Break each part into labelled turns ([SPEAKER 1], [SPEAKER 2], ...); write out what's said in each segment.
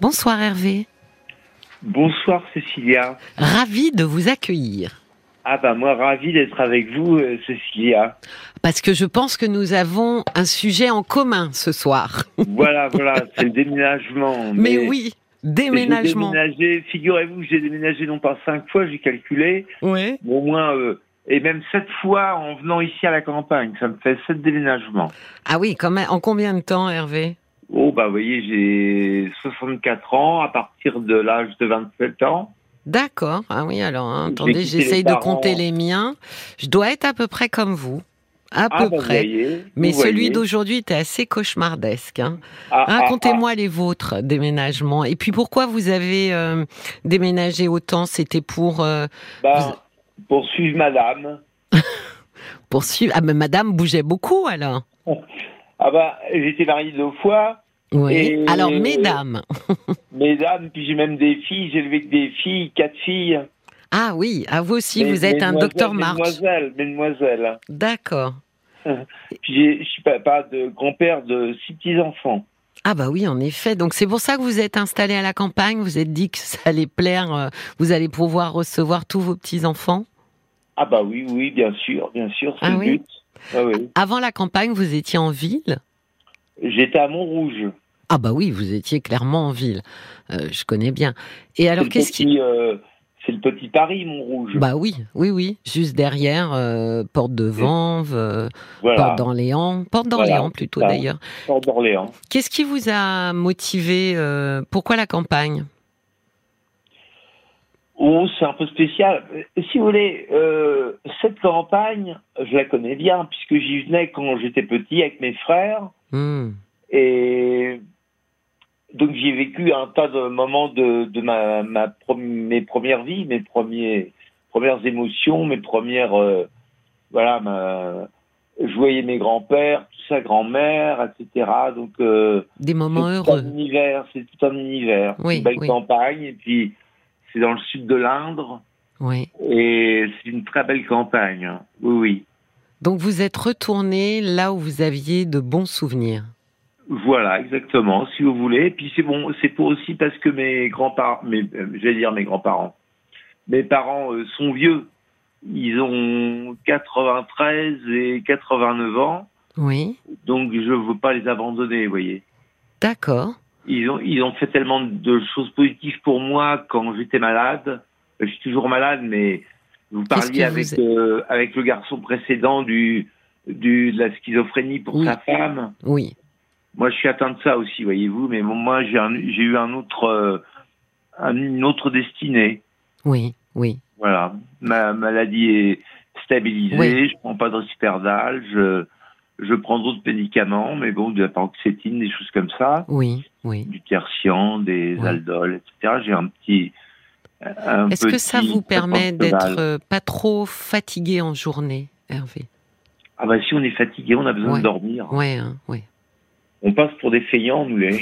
[SPEAKER 1] Bonsoir Hervé.
[SPEAKER 2] Bonsoir Cécilia.
[SPEAKER 1] Ravi de vous accueillir.
[SPEAKER 2] Ah bah moi ravi d'être avec vous euh, Cécilia.
[SPEAKER 1] Parce que je pense que nous avons un sujet en commun ce soir.
[SPEAKER 2] Voilà voilà, c'est le déménagement.
[SPEAKER 1] Mais, oui, déménagement.
[SPEAKER 2] J'ai déménagé, figurez-vous que j'ai déménagé non pas cinq fois, j'ai calculé,
[SPEAKER 1] Ouais.
[SPEAKER 2] mais au moins euh, et même sept fois en venant ici à la campagne, ça me fait sept déménagements.
[SPEAKER 1] Ah oui, quand même. En combien de temps Hervé
[SPEAKER 2] Oh bah vous voyez, j'ai 64 ans à partir de l'âge de 27 ans.
[SPEAKER 1] D'accord. Ah oui, alors hein,
[SPEAKER 2] J'ai
[SPEAKER 1] attendez,
[SPEAKER 2] quitté les
[SPEAKER 1] j'essaye de
[SPEAKER 2] parents.
[SPEAKER 1] compter les miens. Je dois être à peu près comme vous. À
[SPEAKER 2] ah
[SPEAKER 1] peu
[SPEAKER 2] bah, vous
[SPEAKER 1] près.
[SPEAKER 2] voyez,
[SPEAKER 1] Mais
[SPEAKER 2] vous
[SPEAKER 1] celui
[SPEAKER 2] voyez.
[SPEAKER 1] d'aujourd'hui était assez cauchemardesque. hein.
[SPEAKER 2] Ah, ah,
[SPEAKER 1] Racontez-moi les vôtres déménagements. Et puis pourquoi vous avez euh, déménagé autant C'était pour euh,
[SPEAKER 2] ah, bah, poursuivre madame.
[SPEAKER 1] poursuivre. Ah mais Madame bougeait beaucoup alors.
[SPEAKER 2] Ah bah j'étais marié deux fois.
[SPEAKER 1] Oui.
[SPEAKER 2] Et-
[SPEAKER 1] Alors mesdames.
[SPEAKER 2] Mesdames, puis j'ai même des filles, j'ai élevé que des filles, quatre filles.
[SPEAKER 1] Ah oui, à vous aussi,
[SPEAKER 2] Mais-
[SPEAKER 1] vous êtes un
[SPEAKER 2] mesdemoiselles,
[SPEAKER 1] docteur March.
[SPEAKER 2] Mesdemoiselles, mesdemoiselles. hein.
[SPEAKER 1] D'accord.
[SPEAKER 2] Puis j'ai- je suis papa de grand-père de six petits-enfants.
[SPEAKER 1] Ah bah oui, en effet. Donc c'est pour ça que vous êtes installé à la campagne. Vous êtes dit que ça allait plaire. euh, Vous allez pouvoir recevoir tous vos petits enfants.
[SPEAKER 2] Ah bah oui, oui, bien sûr, bien sûr, c'est
[SPEAKER 1] Ah
[SPEAKER 2] le
[SPEAKER 1] oui.
[SPEAKER 2] but. Ah oui.
[SPEAKER 1] Avant la campagne, vous étiez en ville.
[SPEAKER 2] J'étais à Montrouge.
[SPEAKER 1] Ah bah oui, vous étiez clairement en ville. Euh, je connais bien. Et alors
[SPEAKER 2] C'est le
[SPEAKER 1] qu'est-ce qui
[SPEAKER 2] petit, euh, C'est le petit Paris, Montrouge.
[SPEAKER 1] Bah oui, oui, oui, juste derrière, euh, porte de Vanves, euh,
[SPEAKER 2] voilà,
[SPEAKER 1] porte d'Orléans, porte d'Orléans plutôt
[SPEAKER 2] ça.
[SPEAKER 1] d'ailleurs.
[SPEAKER 2] Port d'Orléans.
[SPEAKER 1] Qu'est-ce qui vous a motivé euh, Pourquoi la campagne
[SPEAKER 2] Oh, c'est un peu spécial. Euh, Si vous voulez, euh, cette campagne, je la connais bien, puisque j'y venais quand j'étais petit avec mes frères.
[SPEAKER 1] Hmm.
[SPEAKER 2] Et donc j'ai vécu un tas de moments de, de ma, ma prom- mes premières vies, mes premiers, premières émotions, mes premières... euh, voilà, ma, je voyais mes grands-pères, tout ça, grand-mère, etc. Donc euh,
[SPEAKER 1] Des
[SPEAKER 2] c'est
[SPEAKER 1] moments
[SPEAKER 2] tout un
[SPEAKER 1] heureux.
[SPEAKER 2] univers, c'est tout un univers.
[SPEAKER 1] Oui,
[SPEAKER 2] une belle
[SPEAKER 1] oui.
[SPEAKER 2] campagne, et puis c'est dans le sud de l'Indre,
[SPEAKER 1] Oui.
[SPEAKER 2] et c'est une très belle campagne. Oui, oui.
[SPEAKER 1] Donc vous êtes retourné là où vous aviez de bons souvenirs.
[SPEAKER 2] Voilà, exactement, si vous voulez. Puis c'est bon, c'est pour aussi parce que mes grands-parents, mes, euh, j'allais dire mes grands-parents, mes parents euh, sont vieux. Ils ont 93 et 89 ans,
[SPEAKER 1] Oui,
[SPEAKER 2] donc je ne veux pas les abandonner, vous voyez.
[SPEAKER 1] d'accord.
[SPEAKER 2] Ils ont, ils ont fait tellement de choses positives pour moi quand j'étais malade. Euh, Je suis toujours malade, mais vous
[SPEAKER 1] Qu'est-ce
[SPEAKER 2] parliez
[SPEAKER 1] que
[SPEAKER 2] avec,
[SPEAKER 1] vous-
[SPEAKER 2] euh, avec le garçon précédent du, du, de la schizophrénie pour
[SPEAKER 1] Oui.
[SPEAKER 2] sa femme.
[SPEAKER 1] Oui,
[SPEAKER 2] Moi, je suis atteint de ça aussi, voyez-vous, mais bon, moi, j'ai un- j'ai eu un autre, euh, un- une autre destinée.
[SPEAKER 1] oui, oui.
[SPEAKER 2] Voilà. Ma maladie est stabilisée,
[SPEAKER 1] Oui.
[SPEAKER 2] je prends pas de risperdal, je, je prends d'autres médicaments, mais bon, de la paroxétine, des choses comme ça,
[SPEAKER 1] Oui, oui.
[SPEAKER 2] du tertian, des
[SPEAKER 1] Oui.
[SPEAKER 2] aldol, etc. J'ai un petit. un
[SPEAKER 1] Est-ce que ça
[SPEAKER 2] petit
[SPEAKER 1] vous permet d'être
[SPEAKER 2] proportionnal.
[SPEAKER 1] euh, pas trop fatigué en journée, Hervé
[SPEAKER 2] Ah, bah, si on est fatigué, on a besoin
[SPEAKER 1] Ouais.
[SPEAKER 2] de dormir.
[SPEAKER 1] Ouais, hein, ouais.
[SPEAKER 2] On passe pour des feignants, nous les.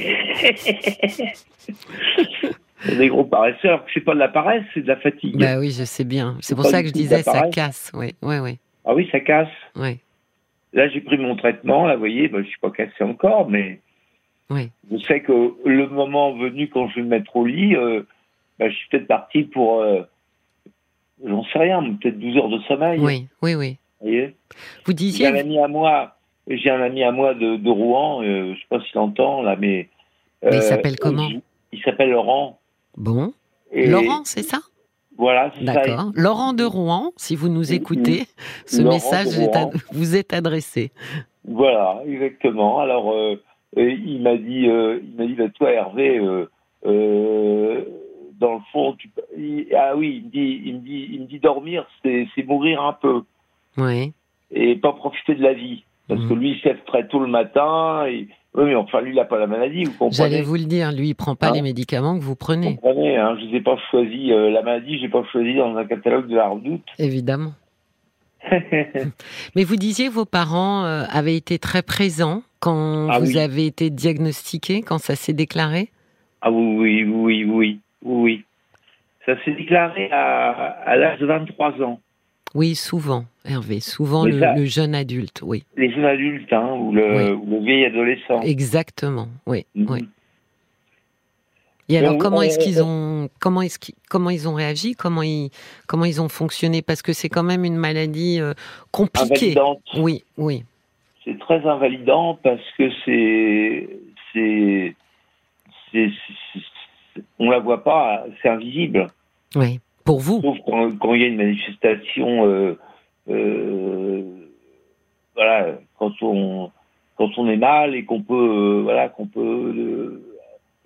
[SPEAKER 2] des gros paresseurs. Alors que C'est pas de la paresse, c'est de la fatigue.
[SPEAKER 1] Bah oui, je sais bien. C'est pour
[SPEAKER 2] pas
[SPEAKER 1] ça
[SPEAKER 2] du
[SPEAKER 1] que je
[SPEAKER 2] tout
[SPEAKER 1] disais ça
[SPEAKER 2] d'appareil.
[SPEAKER 1] casse. Oui, oui, oui.
[SPEAKER 2] Ah oui, ça casse.
[SPEAKER 1] oui.
[SPEAKER 2] Là, j'ai pris mon traitement. Là, vous voyez, ben, je suis pas cassé encore, mais
[SPEAKER 1] Oui.
[SPEAKER 2] je sais que le moment venu, quand je vais me mettre au lit, euh, ben, je suis peut-être parti pour, euh, j'en sais rien, mais peut-être 12 heures de sommeil.
[SPEAKER 1] Oui, oui, oui.
[SPEAKER 2] Vous voyez
[SPEAKER 1] Vous
[SPEAKER 2] j'ai un
[SPEAKER 1] disiez,
[SPEAKER 2] ami à moi, j'ai un ami à moi de, de Rouen, euh, je sais pas s'il entend, là, mais...
[SPEAKER 1] Mais il s'appelle comment
[SPEAKER 2] je- Il s'appelle Laurent.
[SPEAKER 1] bon,
[SPEAKER 2] Et
[SPEAKER 1] Laurent, c'est ça
[SPEAKER 2] Voilà, c'est ça.
[SPEAKER 1] D'accord. Laurent de Rouen, si vous nous
[SPEAKER 2] Oui,
[SPEAKER 1] écoutez, ce
[SPEAKER 2] Laurent
[SPEAKER 1] message
[SPEAKER 2] de
[SPEAKER 1] est ad-
[SPEAKER 2] Rouen.
[SPEAKER 1] vous est adressé.
[SPEAKER 2] Voilà, exactement. Alors, euh, euh, il m'a dit, euh, il m'a dit, bah, toi, Hervé, euh, euh, dans le fond, tu, il- ah oui, il me dit, il me dit, il me dit dormir, c'est, c'est mourir un peu
[SPEAKER 1] Oui,
[SPEAKER 2] et pas profiter de la vie, parce
[SPEAKER 1] Mhm.
[SPEAKER 2] que lui, il se lève très tôt le matin. Et, oui, mais enfin, lui, il n'a pas la maladie, vous
[SPEAKER 1] j'allais
[SPEAKER 2] comprenez.
[SPEAKER 1] vous le dire, lui, il prend pas
[SPEAKER 2] Ah.
[SPEAKER 1] les médicaments que vous
[SPEAKER 2] Vous
[SPEAKER 1] prenez,
[SPEAKER 2] comprenez, hein, je n'ai pas choisi euh, la maladie, j'ai pas choisi dans un catalogue de la redoute.
[SPEAKER 1] évidemment. Mais vous disiez vos parents euh, avaient été très présents quand
[SPEAKER 2] Ah
[SPEAKER 1] vous
[SPEAKER 2] oui.
[SPEAKER 1] avez été diagnostiqué, quand ça s'est déclaré
[SPEAKER 2] Ah oui, oui, oui, oui, oui. Ça s'est déclaré à, à l'âge de 23 ans.
[SPEAKER 1] Oui, souvent, Hervé, souvent
[SPEAKER 2] Mais
[SPEAKER 1] le,
[SPEAKER 2] ça-
[SPEAKER 1] le jeune adulte, oui.
[SPEAKER 2] Les jeunes adultes, hein, ou le,
[SPEAKER 1] Oui.
[SPEAKER 2] ou le vieil adolescent.
[SPEAKER 1] Exactement, oui,
[SPEAKER 2] Mhm.
[SPEAKER 1] oui. Et alors,
[SPEAKER 2] on-
[SPEAKER 1] comment
[SPEAKER 2] Mhm. on-
[SPEAKER 1] est-ce qu'ils
[SPEAKER 2] on-
[SPEAKER 1] ont, comment est-ce qu'ils- comment ils ont réagi, comment ils, comment ils ont fonctionné, parce que c'est quand même une maladie
[SPEAKER 2] Ah,
[SPEAKER 1] euh,
[SPEAKER 2] bah,
[SPEAKER 1] compliquée.
[SPEAKER 2] Invalidante.
[SPEAKER 1] Oui, oui,
[SPEAKER 2] C'est très invalidant parce que c'est, c'est, c'est, c'est- c'est- on la voit pas, c'est invisible.
[SPEAKER 1] oui. Pour vous,
[SPEAKER 2] Sauf quand, quand il y a une manifestation, euh, euh, voilà, quand on, quand on est mal et qu'on peut, euh, voilà, qu'on peut, euh,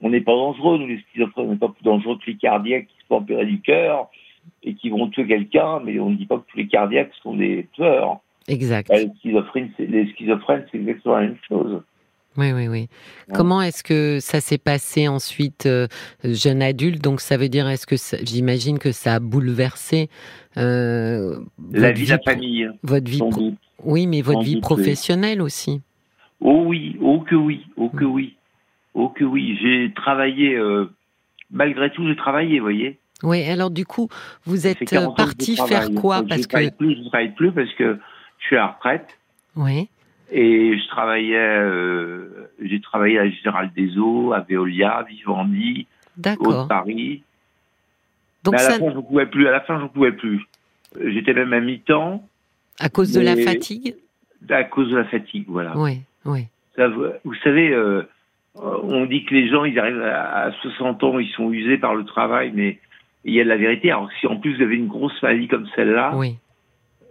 [SPEAKER 2] on n'est pas dangereux, nous les schizophrènes, on n'est pas plus dangereux que les cardiaques qui se font opérer du cœur et qui vont tuer quelqu'un, mais on ne dit pas que tous les cardiaques sont des tueurs.
[SPEAKER 1] exact.
[SPEAKER 2] Bah, les, schizophrènes, c'est, les schizophrènes, c'est exactement la même chose.
[SPEAKER 1] Oui, oui, oui.
[SPEAKER 2] Ouais.
[SPEAKER 1] Comment est-ce que ça s'est passé ensuite, euh, jeune adulte Donc, ça veut dire, est-ce que ça- j'imagine que ça a bouleversé euh,
[SPEAKER 2] La
[SPEAKER 1] votre
[SPEAKER 2] vie de la
[SPEAKER 1] pro-
[SPEAKER 2] famille, hein,
[SPEAKER 1] votre vie,
[SPEAKER 2] sans
[SPEAKER 1] pro-
[SPEAKER 2] doute.
[SPEAKER 1] oui, mais votre
[SPEAKER 2] sans
[SPEAKER 1] vie
[SPEAKER 2] doute, oui.
[SPEAKER 1] professionnelle aussi.
[SPEAKER 2] Oh oui, oh que oui, oh
[SPEAKER 1] Mm.
[SPEAKER 2] que oui, oh que oui. J'ai travaillé, euh, malgré tout, j'ai travaillé, vous voyez.
[SPEAKER 1] Oui. Alors, du coup, vous
[SPEAKER 2] Ça fait
[SPEAKER 1] êtes euh,
[SPEAKER 2] 40 ans que je
[SPEAKER 1] parti faire
[SPEAKER 2] travaille.
[SPEAKER 1] quoi
[SPEAKER 2] Donc, euh,
[SPEAKER 1] Parce
[SPEAKER 2] je travaille
[SPEAKER 1] que,
[SPEAKER 2] plus, Je ne travaille plus parce que je suis à la retraite
[SPEAKER 1] oui,
[SPEAKER 2] et je travaillais, euh, j'ai travaillé à Général des Eaux, à Veolia, Vivendi,
[SPEAKER 1] d'accord.
[SPEAKER 2] Haute-Paris.
[SPEAKER 1] Donc
[SPEAKER 2] Mais à
[SPEAKER 1] ça,
[SPEAKER 2] la fin, je ne pouvais plus, à la fin, je ne pouvais plus. Euh, J'étais même à mi-temps
[SPEAKER 1] à cause de la
[SPEAKER 2] mais- Ah.
[SPEAKER 1] fatigue.
[SPEAKER 2] à cause de la fatigue, voilà.
[SPEAKER 1] Oui, oui,
[SPEAKER 2] Ça, vous vous savez, euh, euh, on dit que les gens, ils arrivent à à 60 ans, ils sont usés par le travail, mais il y a de la vérité. Alors, si en plus vous avez une grosse maladie comme celle-là,
[SPEAKER 1] oui,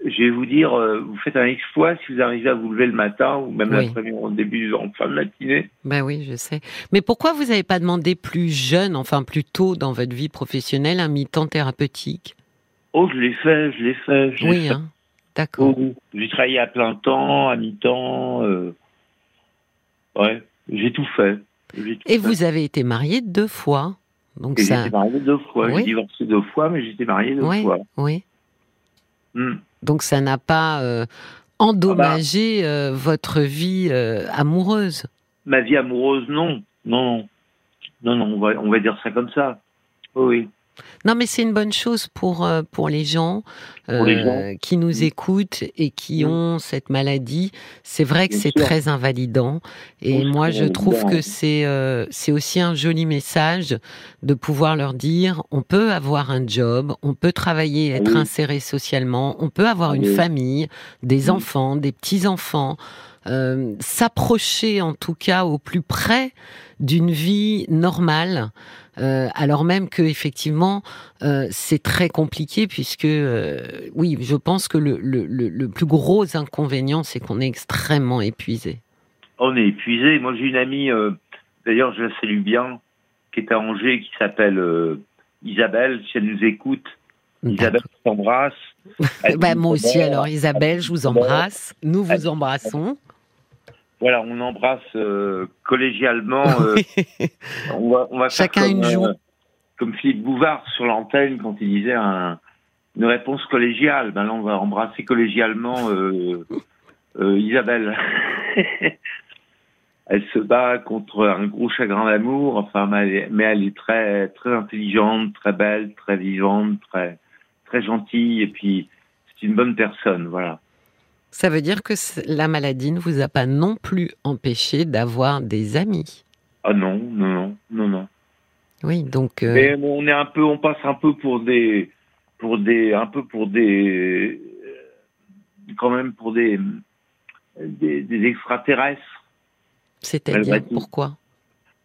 [SPEAKER 2] je vais vous dire, euh, vous faites un exploit si vous arrivez à vous lever le matin ou même
[SPEAKER 1] Oui.
[SPEAKER 2] l'après-midi, en début, en fin de matinée.
[SPEAKER 1] ben oui, je sais. Mais pourquoi vous n'avez pas demandé plus jeune, enfin plus tôt dans votre vie professionnelle, un mi-temps thérapeutique
[SPEAKER 2] Oh, je l'ai fait, je l'ai fait, je l'ai
[SPEAKER 1] Oui,
[SPEAKER 2] fait.
[SPEAKER 1] hein, d'accord.
[SPEAKER 2] Oh, oui. J'ai travaillé à plein temps, à mi-temps. euh, Ouais, j'ai tout fait. J'ai tout
[SPEAKER 1] Et
[SPEAKER 2] fait.
[SPEAKER 1] vous avez été marié deux fois, donc
[SPEAKER 2] Et
[SPEAKER 1] ça,
[SPEAKER 2] J'étais marié deux fois.
[SPEAKER 1] Oui.
[SPEAKER 2] J'ai divorcé deux fois, mais j'étais marié deux
[SPEAKER 1] Oui.
[SPEAKER 2] fois.
[SPEAKER 1] oui.
[SPEAKER 2] Hmm.
[SPEAKER 1] Donc ça n'a pas euh,
[SPEAKER 2] Ah
[SPEAKER 1] endommagé
[SPEAKER 2] bah.
[SPEAKER 1] euh, votre vie euh, amoureuse.
[SPEAKER 2] Ma vie amoureuse, non. Non, non, non, on va, on va dire ça comme ça. Oui,
[SPEAKER 1] Non, mais c'est une bonne chose pour, euh, pour les gens, euh,
[SPEAKER 2] Pour les
[SPEAKER 1] qui nous
[SPEAKER 2] Mm.
[SPEAKER 1] écoutent et qui
[SPEAKER 2] Mm.
[SPEAKER 1] ont cette maladie. C'est vrai que
[SPEAKER 2] Bien
[SPEAKER 1] c'est
[SPEAKER 2] sûr.
[SPEAKER 1] très invalidant. Et
[SPEAKER 2] Oui, c'est
[SPEAKER 1] moi,
[SPEAKER 2] très
[SPEAKER 1] je trouve
[SPEAKER 2] invalidant.
[SPEAKER 1] que c'est euh, c'est aussi un joli message de pouvoir leur dire on peut avoir un job, on peut travailler, être
[SPEAKER 2] Oui.
[SPEAKER 1] inséré socialement, on peut avoir
[SPEAKER 2] Ah
[SPEAKER 1] une
[SPEAKER 2] oui.
[SPEAKER 1] famille, des
[SPEAKER 2] Mm.
[SPEAKER 1] enfants, des petits-enfants. euh, s'approcher en tout cas au plus près d'une vie normale euh, alors même que effectivement euh, c'est très compliqué puisque euh, oui je pense que le, le, le, le plus gros inconvénient c'est qu'on est extrêmement épuisé
[SPEAKER 2] on est épuisé. Moi, j'ai une amie, euh, d'ailleurs, je la salue bien, qui est à Angers, qui s'appelle euh, Isabelle. Si elle nous écoute, Isabelle t'embrasse. Elle
[SPEAKER 1] bah,
[SPEAKER 2] dit,
[SPEAKER 1] moi aussi
[SPEAKER 2] Isabelle,
[SPEAKER 1] alors Isabelle je vous embrasse nous vous embrassons
[SPEAKER 2] Voilà, on embrasse euh, collégialement. euh, on va, on va faire
[SPEAKER 1] Ah Chacun une
[SPEAKER 2] comme, euh,
[SPEAKER 1] joue.
[SPEAKER 2] comme Philippe Bouvard sur l'antenne quand il disait un- une réponse collégiale. Ben là, on va embrasser collégialement euh, euh, Isabelle. elle se bat contre un gros chagrin d'amour. Enfin, mais elle, est- mais elle est très très intelligente, très belle, très vivante, très très gentille. Et puis, c'est une bonne personne. Voilà.
[SPEAKER 1] ça veut dire que c- la maladie ne vous a pas non plus empêché d'avoir des amis
[SPEAKER 2] Ah non, non, non, non, non.
[SPEAKER 1] oui donc euh,
[SPEAKER 2] Mais bon, on est un peu, on passe un peu pour des, pour des, un peu pour des, euh, quand même pour des, des, des extraterrestres.
[SPEAKER 1] c'est-à-dire
[SPEAKER 2] malgré tout.
[SPEAKER 1] pourquoi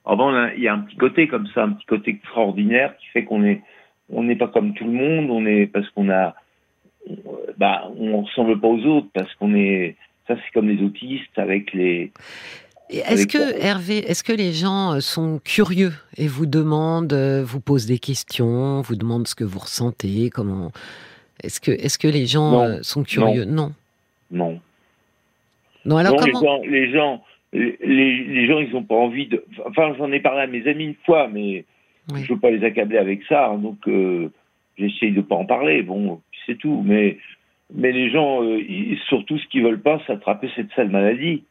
[SPEAKER 2] Ah bon, on a- il y a un petit côté comme ça, un petit côté extraordinaire qui fait qu'on est, on n'est pas comme tout le monde, on est parce qu'on a, on- euh, bah, on ressemble pas aux autres parce qu'on est, ça c'est comme les autistes avec les,
[SPEAKER 1] Et Est-ce
[SPEAKER 2] Avec
[SPEAKER 1] que,
[SPEAKER 2] la-
[SPEAKER 1] Hervé, est-ce que les gens euh, sont curieux et vous demandent, euh, vous posent des questions, vous demandent ce que vous ressentez, comment Est-ce que, est-ce que les gens
[SPEAKER 2] Non.
[SPEAKER 1] euh, sont curieux Non. Non.
[SPEAKER 2] non.
[SPEAKER 1] alors
[SPEAKER 2] non,
[SPEAKER 1] comment
[SPEAKER 2] les gens, les gens, les, les gens, ils ont pas envie de. Enfin, j'en ai parlé à mes amis une fois, mais
[SPEAKER 1] Oui.
[SPEAKER 2] je veux pas les accabler avec ça, hein, donc euh, j'essaye de pas en parler. Bon, c'est tout. Mais mais les gens, euh, ils- surtout ce qu'ils veulent pas, c'est attraper cette sale maladie.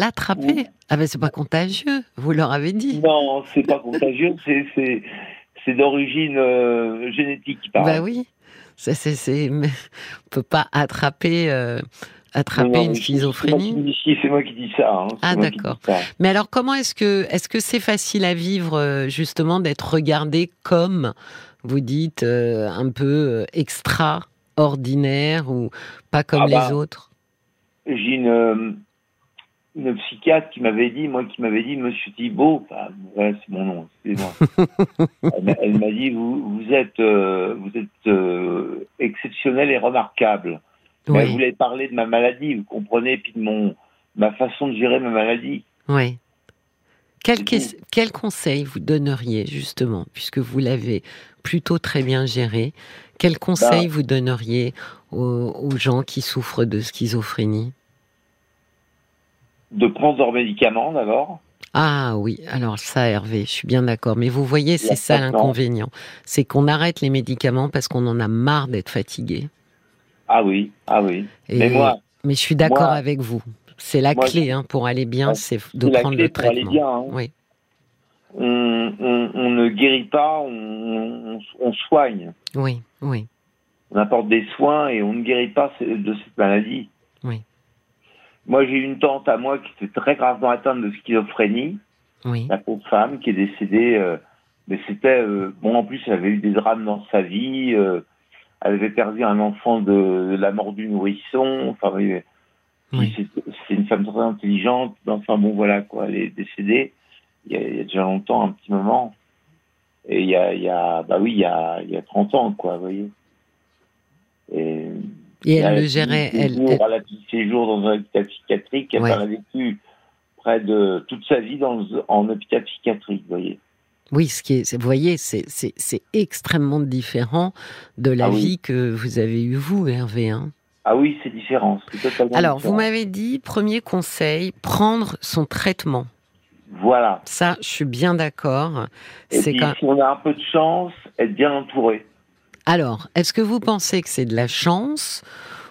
[SPEAKER 1] l'attraper
[SPEAKER 2] Oui.
[SPEAKER 1] Ah ben c'est pas contagieux. Vous leur avez dit.
[SPEAKER 2] Non, c'est pas contagieux, c'est c'est c'est d'origine euh, génétique. il paraît.
[SPEAKER 1] Bah oui. Ça, c'est, c'est- mais On peut pas attraper euh, attraper
[SPEAKER 2] Non, non,
[SPEAKER 1] une
[SPEAKER 2] c'est- c'est
[SPEAKER 1] schizophrénie
[SPEAKER 2] moi qui dis- si, C'est moi qui dis ça. hein, c'est
[SPEAKER 1] Ah,
[SPEAKER 2] moi qui dis
[SPEAKER 1] d'accord.
[SPEAKER 2] ça.
[SPEAKER 1] Mais alors, comment est-ce que est-ce que c'est facile à vivre euh, justement d'être regardé comme vous dites euh, un peu euh, extraordinaire ou pas comme
[SPEAKER 2] Ah bah.
[SPEAKER 1] les autres
[SPEAKER 2] J'ai une, euh, une psychiatre qui m'avait dit, moi qui m'avait dit, Monsieur Thibault, enfin, voilà, c'est mon nom, excusez-moi. elle m'a- elle m'a dit, vous, vous êtes, euh, vous êtes euh, exceptionnel et remarquable. Mais elle
[SPEAKER 1] Oui,
[SPEAKER 2] voulait parler de ma maladie, vous comprenez, puis de mon ma façon de gérer ma maladie.
[SPEAKER 1] oui. Quel,
[SPEAKER 2] C'est
[SPEAKER 1] que- quel conseil vous donneriez justement, puisque vous l'avez plutôt très bien géré, quel
[SPEAKER 2] Bah
[SPEAKER 1] conseil vous donneriez aux, aux gens qui souffrent de schizophrénie
[SPEAKER 2] De prendre leurs médicaments d'abord.
[SPEAKER 1] Ah oui, alors ça, Hervé, je suis bien d'accord. Mais vous voyez,
[SPEAKER 2] Il y
[SPEAKER 1] c'est
[SPEAKER 2] a
[SPEAKER 1] ça
[SPEAKER 2] pas de
[SPEAKER 1] l'inconvénient. C'est qu'on arrête les médicaments parce qu'on en a marre d'être fatigué.
[SPEAKER 2] Ah oui, ah oui.
[SPEAKER 1] Et-
[SPEAKER 2] Mais moi,
[SPEAKER 1] mais je suis d'accord
[SPEAKER 2] moi-
[SPEAKER 1] avec vous. C'est la
[SPEAKER 2] moi,
[SPEAKER 1] clé hein, pour aller bien,
[SPEAKER 2] Ouais,
[SPEAKER 1] c'est de
[SPEAKER 2] c'est la
[SPEAKER 1] prendre
[SPEAKER 2] clé
[SPEAKER 1] le
[SPEAKER 2] pour aller
[SPEAKER 1] traitement.
[SPEAKER 2] bien. hein.
[SPEAKER 1] Oui,
[SPEAKER 2] On, on, on ne guérit pas, on, on, on soigne.
[SPEAKER 1] oui, oui,
[SPEAKER 2] On apporte des soins et on ne guérit pas ce- de cette maladie.
[SPEAKER 1] Oui.
[SPEAKER 2] Moi, j'ai une tante à moi qui était très gravement atteinte de schizophrénie.
[SPEAKER 1] oui.
[SPEAKER 2] la pauvre femme qui est décédée. euh, mais c'était euh, bon. En plus, elle avait eu des drames dans sa vie. euh, elle avait perdu un enfant de, de la mort du nourrisson. Enfin, oui,
[SPEAKER 1] Oui.
[SPEAKER 2] c'est c'est une femme très intelligente. Enfin, bon, voilà quoi. Elle est décédée il y a, il y a déjà longtemps, un petit moment. Et il y a, il y a bah oui, il y a, il y a 30 ans, quoi, vous voyez. Et,
[SPEAKER 1] Et
[SPEAKER 2] elle
[SPEAKER 1] elle
[SPEAKER 2] a
[SPEAKER 1] le
[SPEAKER 2] fini
[SPEAKER 1] gérait,
[SPEAKER 2] ses
[SPEAKER 1] elle,
[SPEAKER 2] jours-
[SPEAKER 1] elle-
[SPEAKER 2] elle a fini ses jours dans un hôpital psychiatrique. Elle
[SPEAKER 1] Ouais.
[SPEAKER 2] a vécu près de toute sa vie dans, en hôpital psychiatrique, vous voyez.
[SPEAKER 1] Oui, ce qui est, vous voyez, c'est- c'est c'est extrêmement différent de la
[SPEAKER 2] Ah oui.
[SPEAKER 1] vie que vous avez eue, vous, Hervé. hein.
[SPEAKER 2] Ah oui, c'est différent. c'est totalement
[SPEAKER 1] Alors, vous
[SPEAKER 2] différent.
[SPEAKER 1] m'avez dit, premier conseil, prendre son traitement.
[SPEAKER 2] Voilà.
[SPEAKER 1] Ça, je suis bien d'accord.
[SPEAKER 2] Et
[SPEAKER 1] C'est
[SPEAKER 2] puis,
[SPEAKER 1] quand...
[SPEAKER 2] si on a un peu de chance, être bien entouré.
[SPEAKER 1] Alors, est-ce que vous pensez que c'est de la chance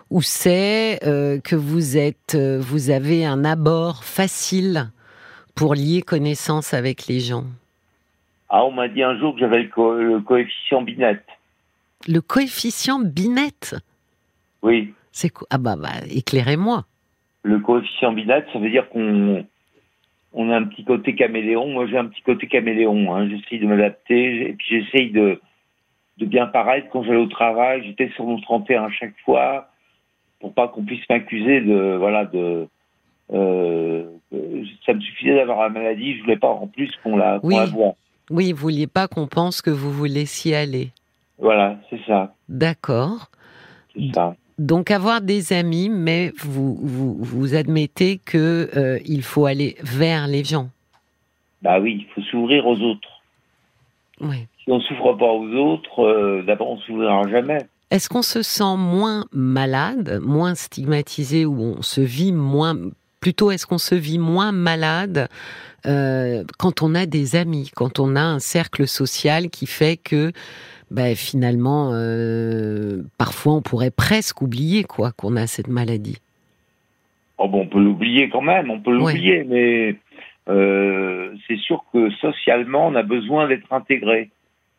[SPEAKER 1] ou c'est euh, que vous êtes, euh, vous avez un abord facile pour lier connaissance avec les gens
[SPEAKER 2] Ah, on m'a dit un jour que j'avais le, co- le coefficient binette.
[SPEAKER 1] Le coefficient binette,
[SPEAKER 2] Oui,
[SPEAKER 1] c'est quoi Ah bah, bah, éclairez-moi.
[SPEAKER 2] le coefficient binette, ça veut dire qu'on on a un petit côté caméléon. Moi, j'ai un petit côté caméléon. Hein. J'essaye de m'adapter. Et puis, j'essaye de, de bien paraître. Quand j'allais au travail, j'étais sur mon 31 à chaque fois pour pas qu'on puisse m'accuser de... Voilà, de euh, euh, ça me suffisait d'avoir la maladie. Je voulais pas en plus qu'on la, qu'on
[SPEAKER 1] Oui.
[SPEAKER 2] la voie.
[SPEAKER 1] Oui, vous vouliez pas qu'on pense que vous vous laissiez aller.
[SPEAKER 2] Voilà, c'est ça.
[SPEAKER 1] D'accord.
[SPEAKER 2] C'est ça.
[SPEAKER 1] Donc avoir des amis, mais vous vous, vous admettez que euh, il faut aller vers les gens.
[SPEAKER 2] Bah oui, il faut s'ouvrir aux autres.
[SPEAKER 1] Oui.
[SPEAKER 2] Si on ne s'ouvre pas aux autres, euh, d'abord on s'ouvrira jamais.
[SPEAKER 1] Est-ce qu'on se sent moins malade, moins stigmatisé, ou on se vit moins, plutôt est-ce qu'on se vit moins malade euh, quand on a des amis, quand on a un cercle social qui fait que ben, finalement, euh, parfois on pourrait presque oublier quoi qu'on a cette maladie.
[SPEAKER 2] Oh bon, on peut l'oublier quand même, on peut
[SPEAKER 1] Ouais.
[SPEAKER 2] l'oublier, mais euh, c'est sûr que socialement, on a besoin d'être intégré.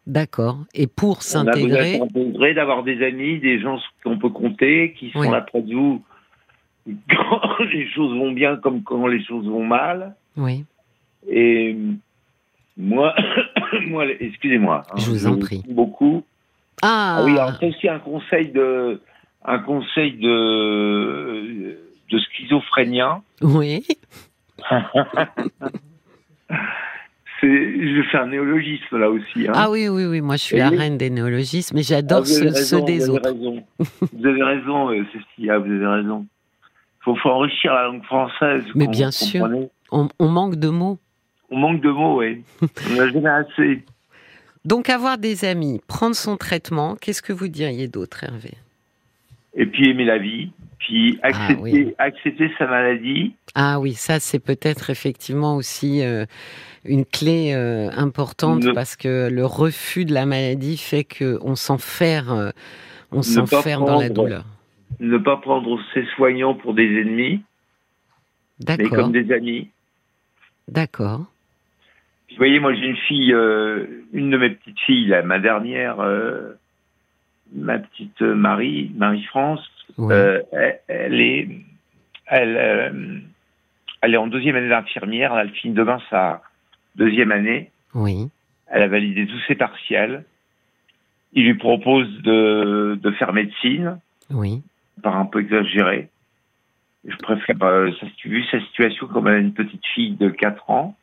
[SPEAKER 1] D'accord. Et pour
[SPEAKER 2] On a besoin
[SPEAKER 1] s'intégrer,
[SPEAKER 2] d'être intégré, d'avoir des amis, des gens sur qui on peut compter, qui sont
[SPEAKER 1] Oui.
[SPEAKER 2] là près de vous quand les choses vont bien comme quand les choses vont mal.
[SPEAKER 1] oui,
[SPEAKER 2] Et moi, moi excusez-moi, hein,
[SPEAKER 1] Je vous en prie.
[SPEAKER 2] Beaucoup.
[SPEAKER 1] ah,
[SPEAKER 2] Ah oui, alors c'est aussi un conseil de un conseil de de schizophrénien.
[SPEAKER 1] oui,
[SPEAKER 2] Hein? C'est je fais un néologisme là aussi. Hein.
[SPEAKER 1] ah oui, oui, oui. Moi, je suis
[SPEAKER 2] Et
[SPEAKER 1] la
[SPEAKER 2] oui.
[SPEAKER 1] reine des néologismes, mais j'adore
[SPEAKER 2] Ah, vous avez
[SPEAKER 1] ceux,
[SPEAKER 2] raison,
[SPEAKER 1] ceux des
[SPEAKER 2] vous avez
[SPEAKER 1] autres.
[SPEAKER 2] raison. vous avez raison, euh, Cécilia, vous avez raison. Faut, faut enrichir la langue française.
[SPEAKER 1] Mais
[SPEAKER 2] com-
[SPEAKER 1] bien sûr.
[SPEAKER 2] comprenez
[SPEAKER 1] On- on manque de mots.
[SPEAKER 2] On manque de mots, oui. On n'a jamais assez.
[SPEAKER 1] Donc avoir des amis, prendre son traitement, qu'est-ce que vous diriez d'autre, Hervé
[SPEAKER 2] Et puis aimer la vie, puis accepter,
[SPEAKER 1] Ah oui.
[SPEAKER 2] accepter sa maladie.
[SPEAKER 1] Ah oui, ça c'est peut-être effectivement aussi euh, une clé euh, importante
[SPEAKER 2] Ne-
[SPEAKER 1] parce que le refus de la maladie fait que on s'enferme, euh, on
[SPEAKER 2] Ne pas
[SPEAKER 1] s'enferme dans la
[SPEAKER 2] prendre.
[SPEAKER 1] douleur.
[SPEAKER 2] Ne pas prendre ses soignants pour des ennemis, mais
[SPEAKER 1] D'accord,
[SPEAKER 2] comme des amis.
[SPEAKER 1] d'accord.
[SPEAKER 2] Vous voyez, moi j'ai une fille, euh, une de mes petites filles, là, ma dernière, euh, ma petite Marie, Marie-France,
[SPEAKER 1] Oui.
[SPEAKER 2] euh, elle, elle est, elle, euh, elle est en deuxième année d'infirmière, elle finit demain sa deuxième année,
[SPEAKER 1] Oui.
[SPEAKER 2] elle a validé tous ses partiels. Il lui propose de, de faire médecine,
[SPEAKER 1] Oui.
[SPEAKER 2] par un peu exagéré. Je préfère, euh, sa- vu sa situation comme elle a une petite fille de 4 ans,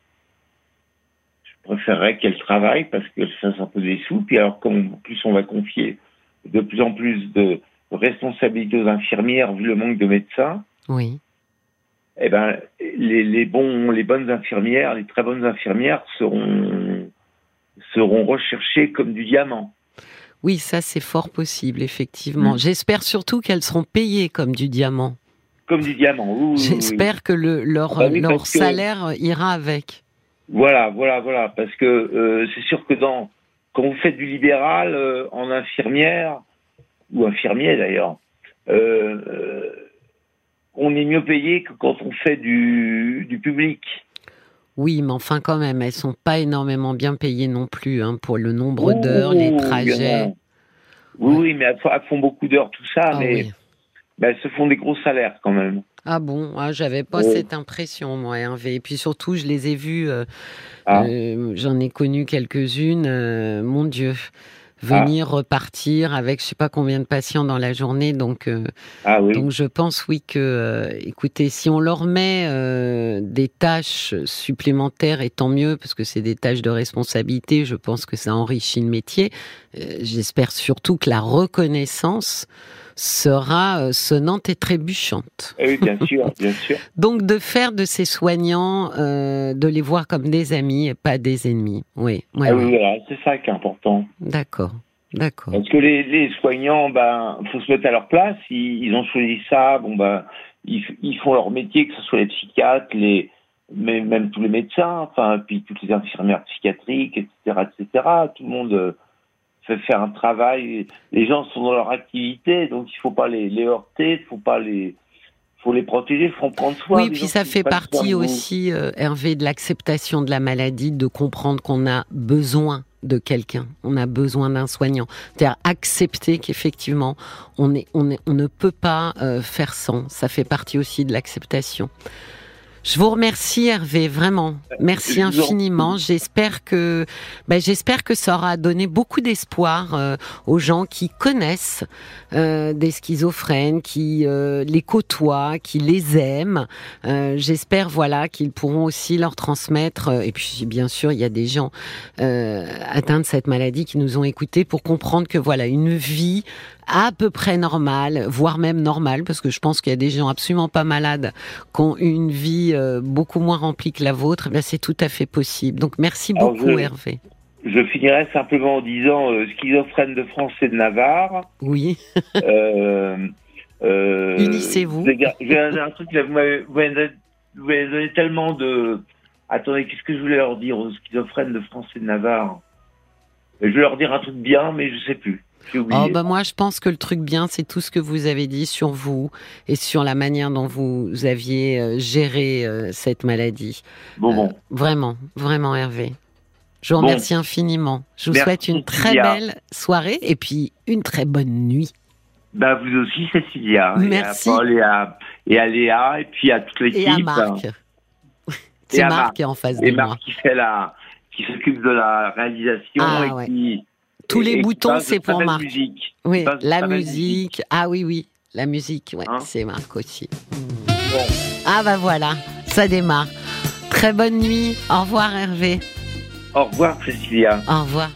[SPEAKER 2] je préférerais qu'elle travaille parce qu'elle fasse un peu des sous. Puis alors, comme en plus on va confier de plus en plus de responsabilités aux infirmières vu le manque de médecins,
[SPEAKER 1] Oui.
[SPEAKER 2] eh ben, les, les bons, les bonnes infirmières, les très bonnes infirmières seront, seront recherchées comme du diamant.
[SPEAKER 1] Oui, ça c'est fort possible, effectivement.
[SPEAKER 2] Mm.
[SPEAKER 1] J'espère surtout qu'elles seront payées comme du diamant.
[SPEAKER 2] Comme du diamant. Oui, oui, oui.
[SPEAKER 1] J'espère que le, leur,
[SPEAKER 2] Ah oui,
[SPEAKER 1] leur
[SPEAKER 2] parce que-
[SPEAKER 1] salaire ira avec.
[SPEAKER 2] Voilà, voilà, voilà, parce que euh, c'est sûr que dans quand vous faites du libéral euh, en infirmière ou infirmier d'ailleurs, euh, euh, on est mieux payé que quand on fait du, du public.
[SPEAKER 1] Oui, mais enfin quand même, elles sont pas énormément bien payées non plus hein, pour le nombre
[SPEAKER 2] Ouh,
[SPEAKER 1] d'heures, les
[SPEAKER 2] il y en
[SPEAKER 1] trajets.
[SPEAKER 2] a. Oui, oui, mais elles font, elles font beaucoup d'heures, tout ça,
[SPEAKER 1] Ah
[SPEAKER 2] mais,
[SPEAKER 1] oui.
[SPEAKER 2] mais elles se font des gros salaires quand même.
[SPEAKER 1] Ah bon, ah, j'avais pas
[SPEAKER 2] Oui.
[SPEAKER 1] cette impression, moi, Hervé. Et puis surtout, je les ai vues, euh,
[SPEAKER 2] Ah.
[SPEAKER 1] euh, j'en ai connu quelques-unes, euh, mon Dieu,
[SPEAKER 2] Ah.
[SPEAKER 1] venir, repartir avec je sais pas combien de patients dans la journée. Donc, euh,
[SPEAKER 2] Ah oui,
[SPEAKER 1] donc je pense, oui, que, euh, écoutez, si on leur met euh, des tâches supplémentaires, et tant mieux, parce que c'est des tâches de responsabilité, je pense que ça enrichit le métier. Euh, J'espère surtout que la reconnaissance sera euh, sonnante et trébuchante.
[SPEAKER 2] Ah oui, bien sûr, bien sûr.
[SPEAKER 1] Donc de faire de ces soignants, euh, de les voir comme des amis et pas des ennemis. Oui, ouais,
[SPEAKER 2] Ah
[SPEAKER 1] ouais.
[SPEAKER 2] oui, voilà, c'est ça qui est important.
[SPEAKER 1] d'accord, d'accord.
[SPEAKER 2] Parce que les, les soignants, ben, faut se mettre à leur place. Ils, ils ont choisi ça. Bon ben, ils, ils font leur métier, que ce soit les psychiatres, les, mais même tous les médecins, enfin, puis toutes les infirmières psychiatriques, etc., etc. Tout le monde euh, fait faire un travail. Les gens sont dans leur activité, donc il faut pas les, les heurter, faut pas les, faut les protéger, faut en prendre soin.
[SPEAKER 1] Oui,
[SPEAKER 2] des
[SPEAKER 1] puis
[SPEAKER 2] gens
[SPEAKER 1] ça
[SPEAKER 2] qui
[SPEAKER 1] fait
[SPEAKER 2] prennent soin de
[SPEAKER 1] partie
[SPEAKER 2] vous.
[SPEAKER 1] aussi, euh, Hervé, de l'acceptation de la maladie, de comprendre qu'on a besoin de quelqu'un, on a besoin d'un soignant. C'est-à-dire accepter qu'effectivement, on, est, on, est- on ne peut pas euh, faire sans. Ça fait partie aussi de l'acceptation. Je vous remercie Hervé, vraiment. Merci
[SPEAKER 2] Je vous en
[SPEAKER 1] infiniment. J'espère que, bah, j'espère que ça aura donné beaucoup d'espoir euh, aux gens qui connaissent euh, des schizophrènes, qui euh, les côtoient, qui les aiment. Euh, j'espère voilà qu'ils pourront aussi leur transmettre. euh, et puis bien sûr, il y a des gens euh, atteints de cette maladie qui nous ont écoutés pour comprendre que voilà une vie à peu près normale, voire même normale, parce que je pense qu'il y a des gens absolument pas malades qui ont une vie euh, beaucoup moins remplie que la vôtre. eh bien, c'est tout à fait possible. Donc merci
[SPEAKER 2] Alors,
[SPEAKER 1] beaucoup,
[SPEAKER 2] je-
[SPEAKER 1] Hervé.
[SPEAKER 2] Je finirai simplement en disant euh, schizophrène de France et de Navarre.
[SPEAKER 1] Oui.
[SPEAKER 2] Euh, euh,
[SPEAKER 1] Unissez-vous.
[SPEAKER 2] les gars, J'ai un, un truc là, vous m'avez vous m'avez donné- vous m'avez donné tellement de. Attendez, qu'est-ce que je voulais leur dire aux schizophrènes de France et de Navarre Ben, Je voulais leur dire un truc bien, mais je sais plus. J'ai oublié.
[SPEAKER 1] Oh bah moi je pense que le truc bien c'est tout ce que vous avez dit sur vous et sur la manière dont vous aviez euh, géré euh, cette maladie.
[SPEAKER 2] bon, bon.
[SPEAKER 1] Vraiment, vraiment Hervé. Je vous
[SPEAKER 2] Bon.
[SPEAKER 1] remercie infiniment. Je vous
[SPEAKER 2] Merci,
[SPEAKER 1] souhaite une très
[SPEAKER 2] Sylvia.
[SPEAKER 1] belle soirée et puis une très bonne nuit.
[SPEAKER 2] Bah, vous aussi, Cécilia. hein,
[SPEAKER 1] Merci.
[SPEAKER 2] Et à Paul et à, et à Léa, et puis à toute l'équipe.
[SPEAKER 1] Et à Marc. C'est
[SPEAKER 2] à
[SPEAKER 1] Marc
[SPEAKER 2] Marc.
[SPEAKER 1] qui est en face
[SPEAKER 2] Et
[SPEAKER 1] de moi.
[SPEAKER 2] Marc qui fait la. qui s'occupe de la réalisation
[SPEAKER 1] Ah,
[SPEAKER 2] et
[SPEAKER 1] ouais.
[SPEAKER 2] qui.
[SPEAKER 1] Tous
[SPEAKER 2] et-
[SPEAKER 1] les
[SPEAKER 2] et qui
[SPEAKER 1] boutons,
[SPEAKER 2] passe de
[SPEAKER 1] c'est
[SPEAKER 2] très
[SPEAKER 1] pour
[SPEAKER 2] belle
[SPEAKER 1] Marc.
[SPEAKER 2] musique.
[SPEAKER 1] Oui,
[SPEAKER 2] passe de
[SPEAKER 1] la
[SPEAKER 2] très belles
[SPEAKER 1] musique. Ah oui, oui, la musique, ouais,
[SPEAKER 2] Hein
[SPEAKER 1] c'est Marc aussi.
[SPEAKER 2] Bon.
[SPEAKER 1] Ah bah voilà, ça démarre. Très bonne nuit. Au revoir Hervé.
[SPEAKER 2] Au revoir, Cécilia.
[SPEAKER 1] Au revoir.